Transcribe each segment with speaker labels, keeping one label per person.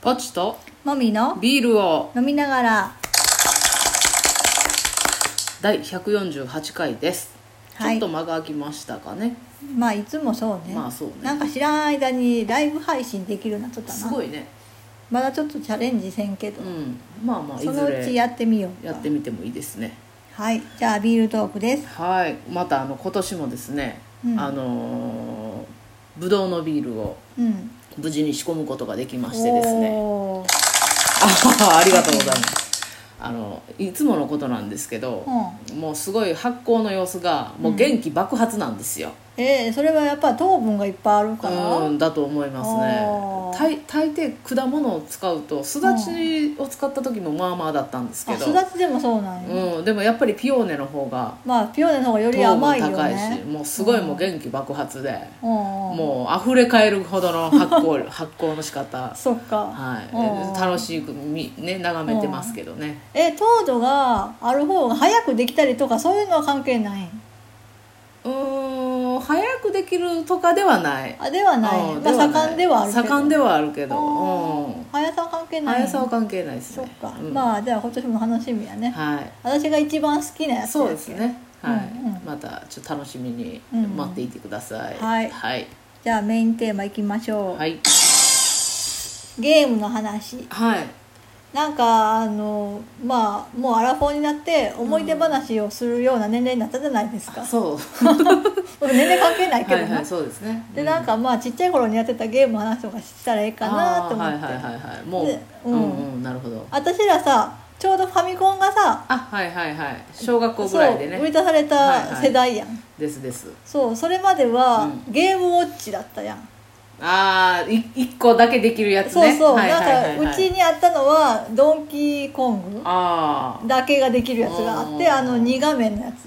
Speaker 1: ポチと
Speaker 2: もみの
Speaker 1: ビールを
Speaker 2: 飲みながら
Speaker 1: 第148回です、
Speaker 2: はい
Speaker 1: ちょっと間が空きましたかね
Speaker 2: まあいつもそうね,、
Speaker 1: まあそうね
Speaker 2: なんか知らん間にライブ配信できるようになっとったな
Speaker 1: すごいね
Speaker 2: まだちょっとチャレンジせんけど
Speaker 1: う、んまあまあいず
Speaker 2: そのうち
Speaker 1: れ
Speaker 2: やってみよう
Speaker 1: やってみてもいいですね
Speaker 2: はいじゃあビールトークです
Speaker 1: はいまたあの今年もですね、
Speaker 2: うん
Speaker 1: あのーぶどうのビールを
Speaker 2: うん
Speaker 1: 無事に仕込むことができましてですね
Speaker 2: おー
Speaker 1: あありがとうございますあのいつものことなんですけど、もうすごい発酵の様子がもう元気爆発なんですよ、
Speaker 2: えー、それはやっぱ糖分がいっぱいあるから、
Speaker 1: うんだと思います
Speaker 2: おー
Speaker 1: ね大大抵果物を使うとすだちを使った時もまあまあだったんですけ
Speaker 2: あ
Speaker 1: ど、
Speaker 2: すだちでもそうなんや、
Speaker 1: うん、でもやっぱりピオーネの方が
Speaker 2: まあピオーネの方がより
Speaker 1: 糖
Speaker 2: 甘
Speaker 1: 分
Speaker 2: いよね
Speaker 1: 高いしもうすごいもう元気爆発で、
Speaker 2: うんうん
Speaker 1: もう溢れ返るほどの発 酵発酵の仕方
Speaker 2: そっか
Speaker 1: は
Speaker 2: うん
Speaker 1: い楽しくみ、ね、眺めてますけどね
Speaker 2: え糖度がある方が早くできたりとかそういうのは関係ないん
Speaker 1: うーん早くできるとかではない
Speaker 2: あではない、
Speaker 1: うん
Speaker 2: まあ、盛んではあるけど
Speaker 1: 盛んではあるけど、
Speaker 2: あ
Speaker 1: うん
Speaker 2: 速さは関係ない
Speaker 1: 速さは関係ないです
Speaker 2: そっ
Speaker 1: ね
Speaker 2: か、
Speaker 1: うん
Speaker 2: まあじゃあ今年も楽しみやね、
Speaker 1: はい
Speaker 2: 私が一番好きなやつや
Speaker 1: そうですね。はい、
Speaker 2: うんうん
Speaker 1: またちょっと楽しみに
Speaker 2: うんうん
Speaker 1: 待っていてください。
Speaker 2: はい
Speaker 1: はい。
Speaker 2: じゃあメインテーマいきましょう、
Speaker 1: はい。
Speaker 2: ゲームの話
Speaker 1: はい。
Speaker 2: なんかあのまあもうアラフォーになって思い出話をするような年齢になったじゃないですか、
Speaker 1: そう。
Speaker 2: 年齢関係ないけ
Speaker 1: は
Speaker 2: ど
Speaker 1: い
Speaker 2: な、
Speaker 1: はい、そうですね。
Speaker 2: でなんかまあちっちゃい頃にやってたゲームの話とかしたらええかなと思って、
Speaker 1: あーはいはいはいはい。も
Speaker 2: で
Speaker 1: う、
Speaker 2: う
Speaker 1: うんん、うん、なるほど。
Speaker 2: 私らさちょうどファミコンがさ
Speaker 1: あ、はいはいはい。小学校ぐ
Speaker 2: そう
Speaker 1: らいで
Speaker 2: 売り
Speaker 1: ね。
Speaker 2: 出された世代やん、
Speaker 1: ですです。
Speaker 2: そうそれまでは、
Speaker 1: う
Speaker 2: ゲームウォッチだったやん
Speaker 1: ああ、い一個だけできるやつ
Speaker 2: そう
Speaker 1: ね。
Speaker 2: そう、
Speaker 1: はいはいはい
Speaker 2: なん
Speaker 1: は
Speaker 2: か
Speaker 1: いう
Speaker 2: ちにあったのはドンキーコング
Speaker 1: あ
Speaker 2: だけができるやつがあって
Speaker 1: あー
Speaker 2: あの2画面のや
Speaker 1: あ。
Speaker 2: つ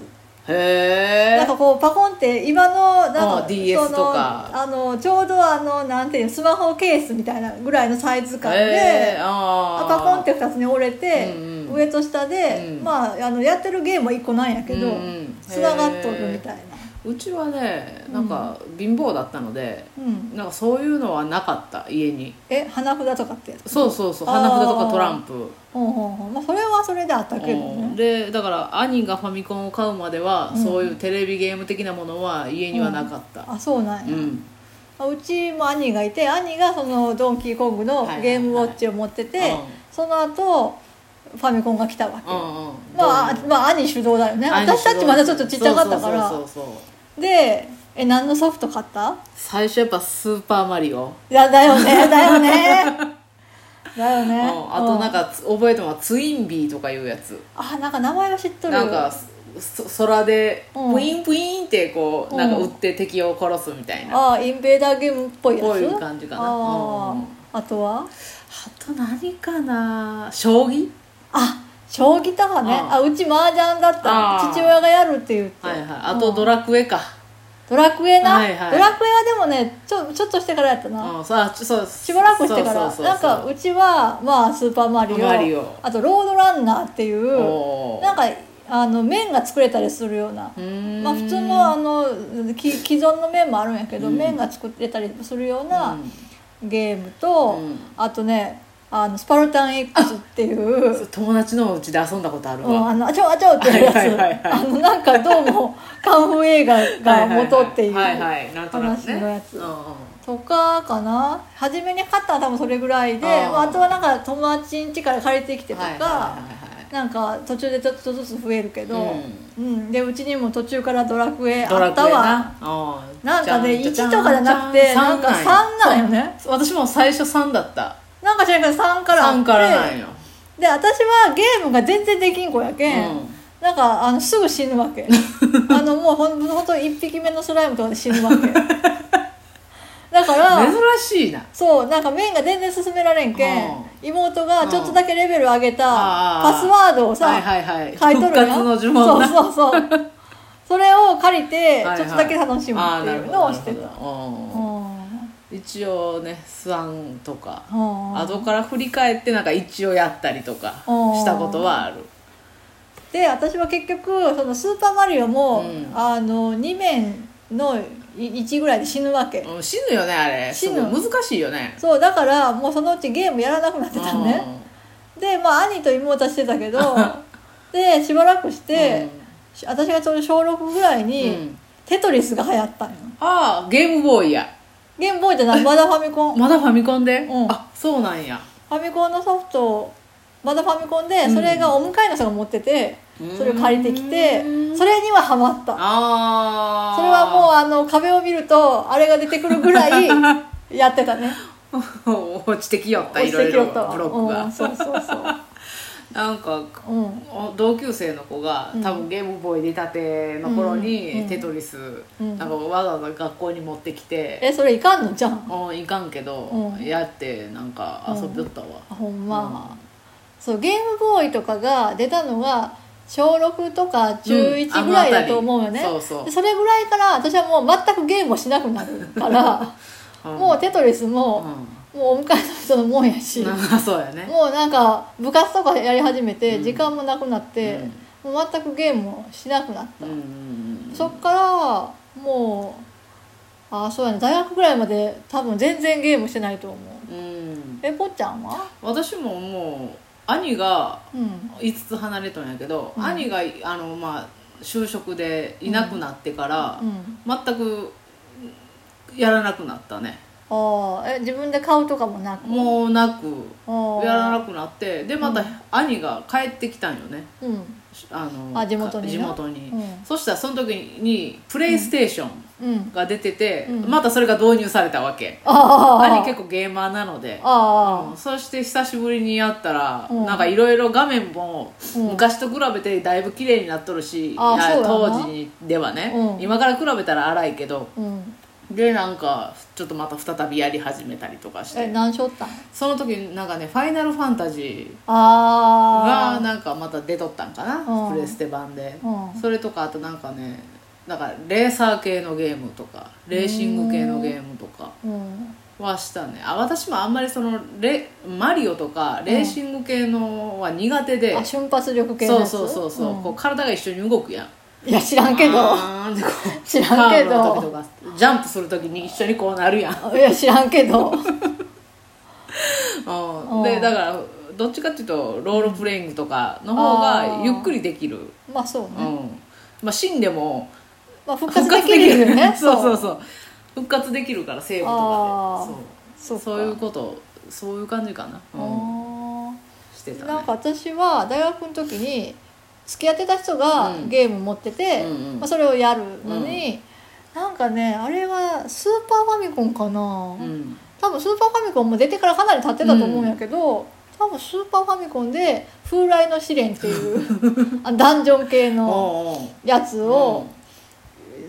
Speaker 1: へ
Speaker 2: なん
Speaker 1: え
Speaker 2: か。こうパコンって今のなん
Speaker 1: あー
Speaker 2: か
Speaker 1: DS とか
Speaker 2: そのあのちょうどあのなんていうスマホケースみたいなぐらいのサイズ感
Speaker 1: へ
Speaker 2: で
Speaker 1: ー、あ
Speaker 2: あ
Speaker 1: ー
Speaker 2: パコンって2つに折れて、
Speaker 1: うんうん
Speaker 2: 上と下で、
Speaker 1: うん
Speaker 2: まああのやってるゲームは1個なんやけど
Speaker 1: うんうん
Speaker 2: つな、がっとるみたいな
Speaker 1: うちはね、なんか貧乏だったので、
Speaker 2: うん
Speaker 1: なんかそういうのはなかった家に。
Speaker 2: え花札とかってやつ
Speaker 1: そうそうそう
Speaker 2: あー
Speaker 1: 花札とかトランプ
Speaker 2: ほうほうほうまあそれはそれであったけど
Speaker 1: うん
Speaker 2: ね
Speaker 1: でだから兄がファミコンを買うまでは、そういうテレビゲーム的なものは家にはなかった
Speaker 2: あそうなん
Speaker 1: うん、
Speaker 2: や、あうちも兄がいて兄がそのドンキーコングの
Speaker 1: はいはいはい
Speaker 2: ゲームウォッチを持ってて、
Speaker 1: うん
Speaker 2: その後ファミコンが来たわけ、
Speaker 1: うんうん
Speaker 2: まあ、あまあ兄主導だよね
Speaker 1: 兄の
Speaker 2: 私たちまだちょっとちっちゃかったから
Speaker 1: そうそうそうそう
Speaker 2: でえ何のソフト買った
Speaker 1: 最初やっぱ「スーパーマリオ」
Speaker 2: いやだよ ねだよねだよ
Speaker 1: う
Speaker 2: ね
Speaker 1: んあとなん
Speaker 2: う
Speaker 1: か覚えてるのは「ツインビー」とかいうやつ
Speaker 2: あなんか名前は知っとる
Speaker 1: なんかそ空で
Speaker 2: うん
Speaker 1: プインプインってこうなんか
Speaker 2: うん
Speaker 1: 撃って敵を殺すみたいなあ
Speaker 2: ああインベーダーゲームっぽいやつ
Speaker 1: ぽい感じかな
Speaker 2: ああ,、
Speaker 1: うん
Speaker 2: あとは
Speaker 1: と何かな将棋
Speaker 2: あ将棋とかね、
Speaker 1: うん
Speaker 2: あうち麻雀だった
Speaker 1: ああ
Speaker 2: 父親がやるって言って、
Speaker 1: はいはいあと「ドラクエ」か
Speaker 2: ドラクエな、
Speaker 1: はいはい
Speaker 2: ドラクエはでもねちょちょっとしてからやったな、
Speaker 1: うん、そうあちそう
Speaker 2: しばらくしてから
Speaker 1: そうそうそうそう
Speaker 2: なんかうちはまあスーパーマリオ
Speaker 1: マリオ
Speaker 2: あとロードランナーっていう
Speaker 1: おー
Speaker 2: なんかあの面が作れたりするような
Speaker 1: うーん
Speaker 2: まあ、普通のあのき既存の面もあるんやけど、
Speaker 1: うん
Speaker 2: 面が作れたりするよう
Speaker 1: う
Speaker 2: なんゲームと、
Speaker 1: うん
Speaker 2: あとねあのスパルタン X っていう
Speaker 1: そう友達のうちで遊んだことある
Speaker 2: うん
Speaker 1: わ、
Speaker 2: あのあちょあちょっていうやつ、
Speaker 1: はいはいはいはい
Speaker 2: あのなんかどうもカンフー映画が元っていう
Speaker 1: はいはいはいはいなんとなくね
Speaker 2: 話のやつ
Speaker 1: うんうん
Speaker 2: とかかな初めに買ったのは多分それぐらいで
Speaker 1: あー
Speaker 2: まあ、あとはなんか友達ん家から借りてきてとか、
Speaker 1: はいはいはい
Speaker 2: なんか途中でちょっとずつ増えるけど、
Speaker 1: う
Speaker 2: うんでうちにも途中からドラクエ
Speaker 1: ド
Speaker 2: あ
Speaker 1: ラ
Speaker 2: っ
Speaker 1: ク
Speaker 2: た
Speaker 1: エ
Speaker 2: わ
Speaker 1: なあー
Speaker 2: なんかね
Speaker 1: じ
Speaker 2: 1
Speaker 1: ゃ
Speaker 2: と
Speaker 1: じゃん
Speaker 2: かじゃなくて
Speaker 1: じゃん
Speaker 2: なんか3なんよね
Speaker 1: そう私も最初3だった
Speaker 2: なんか知らんけど3からあって
Speaker 1: 3からなんよ
Speaker 2: で私はゲームが全然できん子やけん、
Speaker 1: うん
Speaker 2: なんかあのすぐ死ぬわ けあのもうほんほんと1匹目のスライムとかで死ぬわけだから
Speaker 1: 珍しいな
Speaker 2: そうなんか麺が全然進められんけん、
Speaker 1: うん
Speaker 2: 妹がちょっとだけレベル上げた
Speaker 1: あー
Speaker 2: パスワードをさ、
Speaker 1: はいはいはい
Speaker 2: 書いとるやん
Speaker 1: 復活の呪文な
Speaker 2: そうそうそうそれを借りて
Speaker 1: はいはい
Speaker 2: ちょっとだけ楽しむ
Speaker 1: あー
Speaker 2: って
Speaker 1: ないるほ
Speaker 2: う
Speaker 1: ど
Speaker 2: のをしてた、
Speaker 1: なるほどうん
Speaker 2: う
Speaker 1: 一応ね3とか
Speaker 2: んうん
Speaker 1: 後から振り返ってなんか一応やったりとかしたことはある
Speaker 2: で私は結局そのスーパーマリオも、
Speaker 1: うん
Speaker 2: あの2面の1ぐらいで死ぬわけ
Speaker 1: うん死ぬよねあれ
Speaker 2: 死ぬ
Speaker 1: すごい難しいよね
Speaker 2: そうだからもうそのうちゲームやらなくなってたのねでまあ兄と妹はしてたけど でしばらくし
Speaker 1: うん
Speaker 2: て、し私がちょうど小6ぐらい
Speaker 1: うん
Speaker 2: に、
Speaker 1: うん
Speaker 2: テトリスが流行ったんよ
Speaker 1: ああゲームボーイや
Speaker 2: ゲームボーイじゃないまだファミコンフ
Speaker 1: まだファミコンで、
Speaker 2: うん
Speaker 1: あそうなんや
Speaker 2: ァミコンのソフトをまだファミコンで
Speaker 1: うん
Speaker 2: それがお向かいの人が持ってて、それを借りてきて
Speaker 1: うん
Speaker 2: それにはハマった
Speaker 1: ああ
Speaker 2: それはもうあの壁を見るとあれが出てくるぐら いやってたね
Speaker 1: もう落ちてきよったい
Speaker 2: 落ち
Speaker 1: ろ
Speaker 2: て
Speaker 1: い
Speaker 2: きよ
Speaker 1: ろ
Speaker 2: っ
Speaker 1: ブ
Speaker 2: たわ
Speaker 1: ロック
Speaker 2: うん
Speaker 1: が
Speaker 2: そうそうそう
Speaker 1: なんか
Speaker 2: うん
Speaker 1: お同級生の子が
Speaker 2: うん
Speaker 1: 多分ゲームボーイ出たての頃
Speaker 2: うんう
Speaker 1: に
Speaker 2: ん
Speaker 1: テトリス
Speaker 2: うん
Speaker 1: なんかわざわざ学校に持ってきて
Speaker 2: えそれいかんのじゃん
Speaker 1: もういかんけど
Speaker 2: うん
Speaker 1: やってなんか遊びよったわ
Speaker 2: あほんま、
Speaker 1: うん
Speaker 2: そうゲームボーイとかが出たのが小6とか中
Speaker 1: うんあ
Speaker 2: 1
Speaker 1: の
Speaker 2: ぐらいだと思うよね、
Speaker 1: あたりそうそう
Speaker 2: でそれぐらいから私はもう全くゲームをしなくなるからもうテトリス
Speaker 1: う
Speaker 2: も、
Speaker 1: ん
Speaker 2: もうお迎えの人のもんやし、
Speaker 1: なん かそうやね
Speaker 2: もうなんか部活とかやり始めて
Speaker 1: うん
Speaker 2: 時間もなくなって、もう全くゲームをしなくなった、
Speaker 1: うんうんうん
Speaker 2: そっからもうあそうやね大学ぐらいまで多分全然ゲームしてないと思
Speaker 1: う
Speaker 2: う
Speaker 1: ん
Speaker 2: えこっちゃんは
Speaker 1: 私ももう兄が
Speaker 2: うん
Speaker 1: 5つ離れとんやけど
Speaker 2: うん
Speaker 1: 兄があのまあ就職でいなくなってから
Speaker 2: うん
Speaker 1: 全くやらなくなったね
Speaker 2: ああえ自分で買うとかもなく
Speaker 1: もうなく
Speaker 2: ああ
Speaker 1: やらなくなってでま
Speaker 2: う
Speaker 1: た
Speaker 2: ん
Speaker 1: 兄が帰ってきたんよね
Speaker 2: うん
Speaker 1: あの
Speaker 2: あ地元にな
Speaker 1: 地元に、
Speaker 2: うん
Speaker 1: そしたらその時にプレイステーション
Speaker 2: うん
Speaker 1: が出てて、
Speaker 2: うん
Speaker 1: またそれが導入されたわけ、
Speaker 2: ああ
Speaker 1: 兄結構ゲーマーなので
Speaker 2: あ
Speaker 1: うんそして久しぶりにやったら、
Speaker 2: うん
Speaker 1: なんかいろいろ画面も
Speaker 2: うん
Speaker 1: 昔と比べてだいぶ綺麗になっとるし、
Speaker 2: あ
Speaker 1: あ
Speaker 2: そうやな
Speaker 1: 当時ではね、
Speaker 2: うん
Speaker 1: 今から比べたら荒いけど
Speaker 2: あうん
Speaker 1: でなんかちょっとまた再びやり始めたりとかし
Speaker 2: え
Speaker 1: て
Speaker 2: 何しょったん
Speaker 1: その時なんかね「ファイナルファンタジー」が
Speaker 2: ああ
Speaker 1: なんかまた出とったんか
Speaker 2: う
Speaker 1: なんプレステ版で
Speaker 2: うん
Speaker 1: それとかあとなんかねなんかレーサー系のゲームとかレーシング系のゲームとか
Speaker 2: うん
Speaker 1: はしたねあ私もあんまりそのレマリオとかレーシング系のは苦手で、
Speaker 2: あ瞬発力系の
Speaker 1: そう
Speaker 2: やつ
Speaker 1: そうそうそう、
Speaker 2: ん
Speaker 1: こう体が一緒に動くやん
Speaker 2: いや知らんけど
Speaker 1: あーんってこう
Speaker 2: 知らんけど
Speaker 1: カーブの時とかジャンプする時に一緒にこうなるやん
Speaker 2: いや知らんけど
Speaker 1: うん
Speaker 2: う
Speaker 1: で
Speaker 2: ん
Speaker 1: だからどっちかっていうとロールプレイングとかの方
Speaker 2: あ
Speaker 1: が
Speaker 2: ー
Speaker 1: ゆっくりできる、
Speaker 2: まあそう
Speaker 1: う
Speaker 2: ね、
Speaker 1: んまあ、死んでも
Speaker 2: まあ、復活できるよね
Speaker 1: そうそう
Speaker 2: う
Speaker 1: そう復活できるからセーブ
Speaker 2: あー
Speaker 1: とかで
Speaker 2: そ
Speaker 1: そううそう
Speaker 2: か
Speaker 1: いうことそういう感じかな、うん、
Speaker 2: あ
Speaker 1: して
Speaker 2: ー
Speaker 1: た
Speaker 2: なん
Speaker 1: ね
Speaker 2: か私は大学の時に付き合ってた人が
Speaker 1: うん
Speaker 2: ゲーム持ってて、
Speaker 1: うんうん
Speaker 2: まあ、それをやるのに、なんかねあれはスーパーファミコンかな、
Speaker 1: うん
Speaker 2: 多分スーパーファミコンも出てからかなり経ってたと思うんやけど、多分スーパーファミコンで「風来の試練」っていう あダンジョン系の
Speaker 1: おうおう
Speaker 2: やつを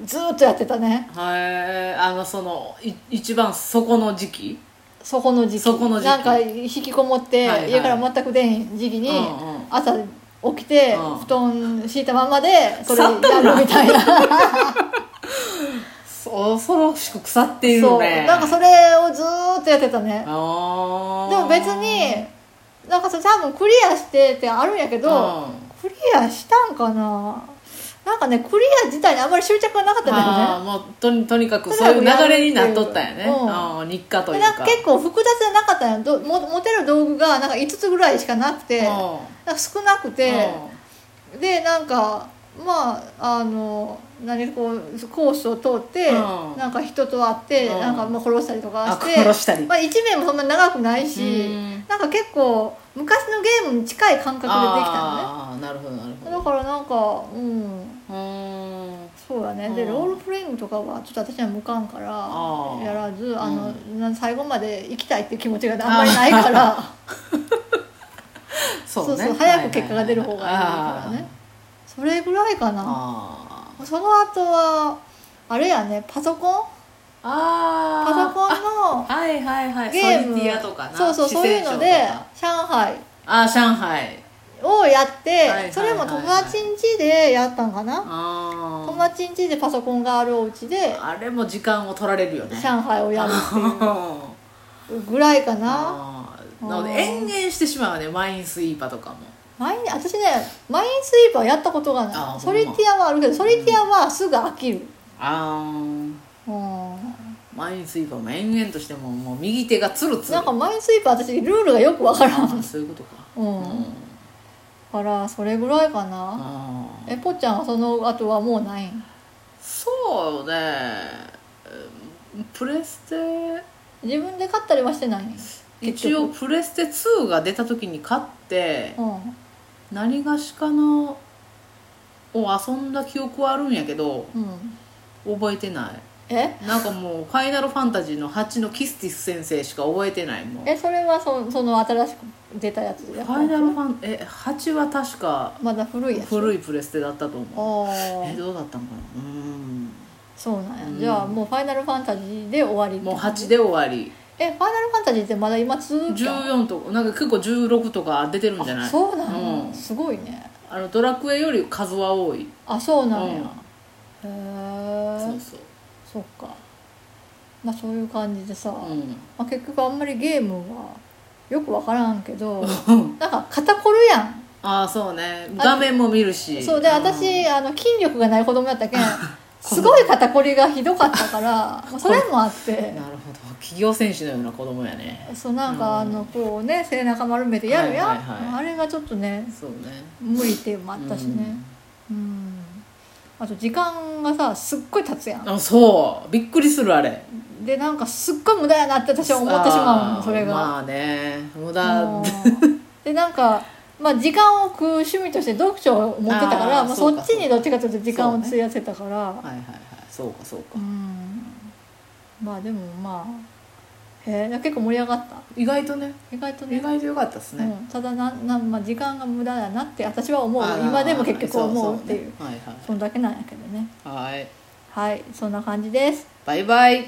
Speaker 2: ずーっとやってたね
Speaker 1: はいあのそのい一番底の時期
Speaker 2: そこの時期
Speaker 1: そこの時期
Speaker 2: なんか引きこもって、
Speaker 1: はいはい
Speaker 2: 家から全く出ん時期に、
Speaker 1: うんうん
Speaker 2: 朝起きて、
Speaker 1: うん
Speaker 2: 布団敷いたままでそれや
Speaker 1: 腐 った
Speaker 2: るみたいな
Speaker 1: そ恐ろしく腐っている
Speaker 2: そう
Speaker 1: ね
Speaker 2: なんかそれをずーっとやってたね
Speaker 1: あー
Speaker 2: でも別になんかそれ多分クリアしてってあるんやけど、
Speaker 1: うん
Speaker 2: クリアしたんかななんかねクリア自体にあんまり執着がなかったんだ
Speaker 1: あ
Speaker 2: よ
Speaker 1: ー
Speaker 2: ね
Speaker 1: もうとにとにかくそういう流れになっとったんやね、
Speaker 2: うん
Speaker 1: あー日課とい
Speaker 2: で
Speaker 1: う
Speaker 2: なん
Speaker 1: か
Speaker 2: か結構複雑じゃなかったんやども持てる道具がなんか5つぐらいしかなくて、なんか少なく
Speaker 1: うん
Speaker 2: て、でなんかまああの何こうコースを通って、
Speaker 1: うん
Speaker 2: なんか人と会って、
Speaker 1: うん
Speaker 2: なんかもう殺したりとか
Speaker 1: あ
Speaker 2: して
Speaker 1: 殺したり
Speaker 2: まあ、1名もそんな長くないし、
Speaker 1: うん
Speaker 2: なんか結構昔のゲームに近い感覚でできたのね
Speaker 1: あーなるほどなるほど
Speaker 2: だからなんかうん
Speaker 1: うーん
Speaker 2: そうだね、で
Speaker 1: うん
Speaker 2: ロールプレイングとかはちょっと私は無関から
Speaker 1: あー
Speaker 2: やらずあの、
Speaker 1: う
Speaker 2: な最後まで行きたいって気持ちがあんまりないから
Speaker 1: そう
Speaker 2: そう
Speaker 1: ね
Speaker 2: そう早く結果が出る方がいいか
Speaker 1: は
Speaker 2: ら
Speaker 1: いはいはい
Speaker 2: ねそれぐらいかな
Speaker 1: あー
Speaker 2: その後はあれやねパソコン
Speaker 1: あ
Speaker 2: パ
Speaker 1: ー
Speaker 2: ソコンの
Speaker 1: はいはいはい
Speaker 2: ゲーム
Speaker 1: ソリティアとかな
Speaker 2: そうそうそういうので
Speaker 1: 四川省とか
Speaker 2: 上海
Speaker 1: あー上海
Speaker 2: をやって、
Speaker 1: いはいはい
Speaker 2: それも友達ん家でやったんかな、
Speaker 1: あ
Speaker 2: 友
Speaker 1: ー
Speaker 2: 達ん家でパソコンがあるお家で
Speaker 1: あれも時間を取られるよね
Speaker 2: 上海をや る
Speaker 1: あ
Speaker 2: っていうぐらいかな。
Speaker 1: ーなので延々してしまうねマインスイーパーとかも
Speaker 2: マイン私ねマインスイーパーやったことが
Speaker 1: あ
Speaker 2: ない
Speaker 1: ー
Speaker 2: ソリティアはあるけどソリティアはすぐ飽きる、
Speaker 1: あー
Speaker 2: うん
Speaker 1: マインスイーパーも延々としてももう右手がつるつる
Speaker 2: なんかマインスイーパー私ルールがよくわからん
Speaker 1: あそういうことか
Speaker 2: うん
Speaker 1: う
Speaker 2: だからそれぐらいかな
Speaker 1: あー
Speaker 2: えぽっちゃんはその後はもうないん
Speaker 1: そうねうんプレステ
Speaker 2: 自分で買ったりはしてないん
Speaker 1: 一応プレステ2が出た時に買って
Speaker 2: うん
Speaker 1: 何がしかのを遊んだ記憶はあるんやけど
Speaker 2: うん
Speaker 1: 覚えてない
Speaker 2: え
Speaker 1: なんかもう「ファイナルファンタジー」の8のキスティス先生しか覚えてないもんフ
Speaker 2: えそれはそその新しく出たやつで
Speaker 1: ァイナルファンえ8は確か
Speaker 2: まだ古いやつ
Speaker 1: 古
Speaker 2: い
Speaker 1: いプレステだったと思う
Speaker 2: あ
Speaker 1: え
Speaker 2: あ
Speaker 1: どうだったんかなうーん
Speaker 2: そうなんや、
Speaker 1: うん
Speaker 2: じゃあもう「ファイナルファンタジー」で終わりって
Speaker 1: もう
Speaker 2: 感じ
Speaker 1: 8で終わり
Speaker 2: えファイナルファンタジーってまだ今続きやん
Speaker 1: 14とかなんか結構16とか出てるんじゃな
Speaker 2: あ
Speaker 1: い
Speaker 2: そうなんや、
Speaker 1: うん
Speaker 2: すごいね
Speaker 1: あのドラクエより数は多い
Speaker 2: あそうなんや、
Speaker 1: うん
Speaker 2: へ
Speaker 1: そ
Speaker 2: え
Speaker 1: うそう
Speaker 2: そっかまあそういう感じでさ、
Speaker 1: うん
Speaker 2: まあ、結局あんまりゲームはよくわからんけどなんか肩こるやん
Speaker 1: ああそうね画面も見るし
Speaker 2: そうで
Speaker 1: ん
Speaker 2: 私あの筋力がない子供やったけんすごい肩こりがひどかったからまあそれもあって
Speaker 1: なるほど企業選手のような子供やね
Speaker 2: そうなん
Speaker 1: うん
Speaker 2: かあのこうね背中丸めてやるやん、
Speaker 1: はいはいはい
Speaker 2: あれがちょっとね
Speaker 1: そうね
Speaker 2: 無理っていうのもあったしねうん、あと時間がさすっごい経つや
Speaker 1: うんあそうびっくりするあれ
Speaker 2: んでなんかすっごい無駄やなって私は思ってしまう
Speaker 1: あ
Speaker 2: の
Speaker 1: ー
Speaker 2: それが、
Speaker 1: まあね無
Speaker 2: う
Speaker 1: 駄
Speaker 2: んでなんかまあ時間を食う趣味として読書を持ってたから
Speaker 1: あー
Speaker 2: まあ、
Speaker 1: そ
Speaker 2: そう
Speaker 1: か
Speaker 2: っちにどっちかというと時間を費やせたからう,、
Speaker 1: はいはいはいそうかそうか
Speaker 2: んまあでもまあへえ結構盛り上がった
Speaker 1: 意外とね
Speaker 2: 意外とね
Speaker 1: 意外と良かったですね
Speaker 2: うん、ただなんなん、まあ、時間が無駄だなって私は思う
Speaker 1: あー
Speaker 2: 今でも結局思うっていう
Speaker 1: そそねはいはい
Speaker 2: そんだけなんやけどね
Speaker 1: はい
Speaker 2: はいそんな感じです
Speaker 1: バイバイ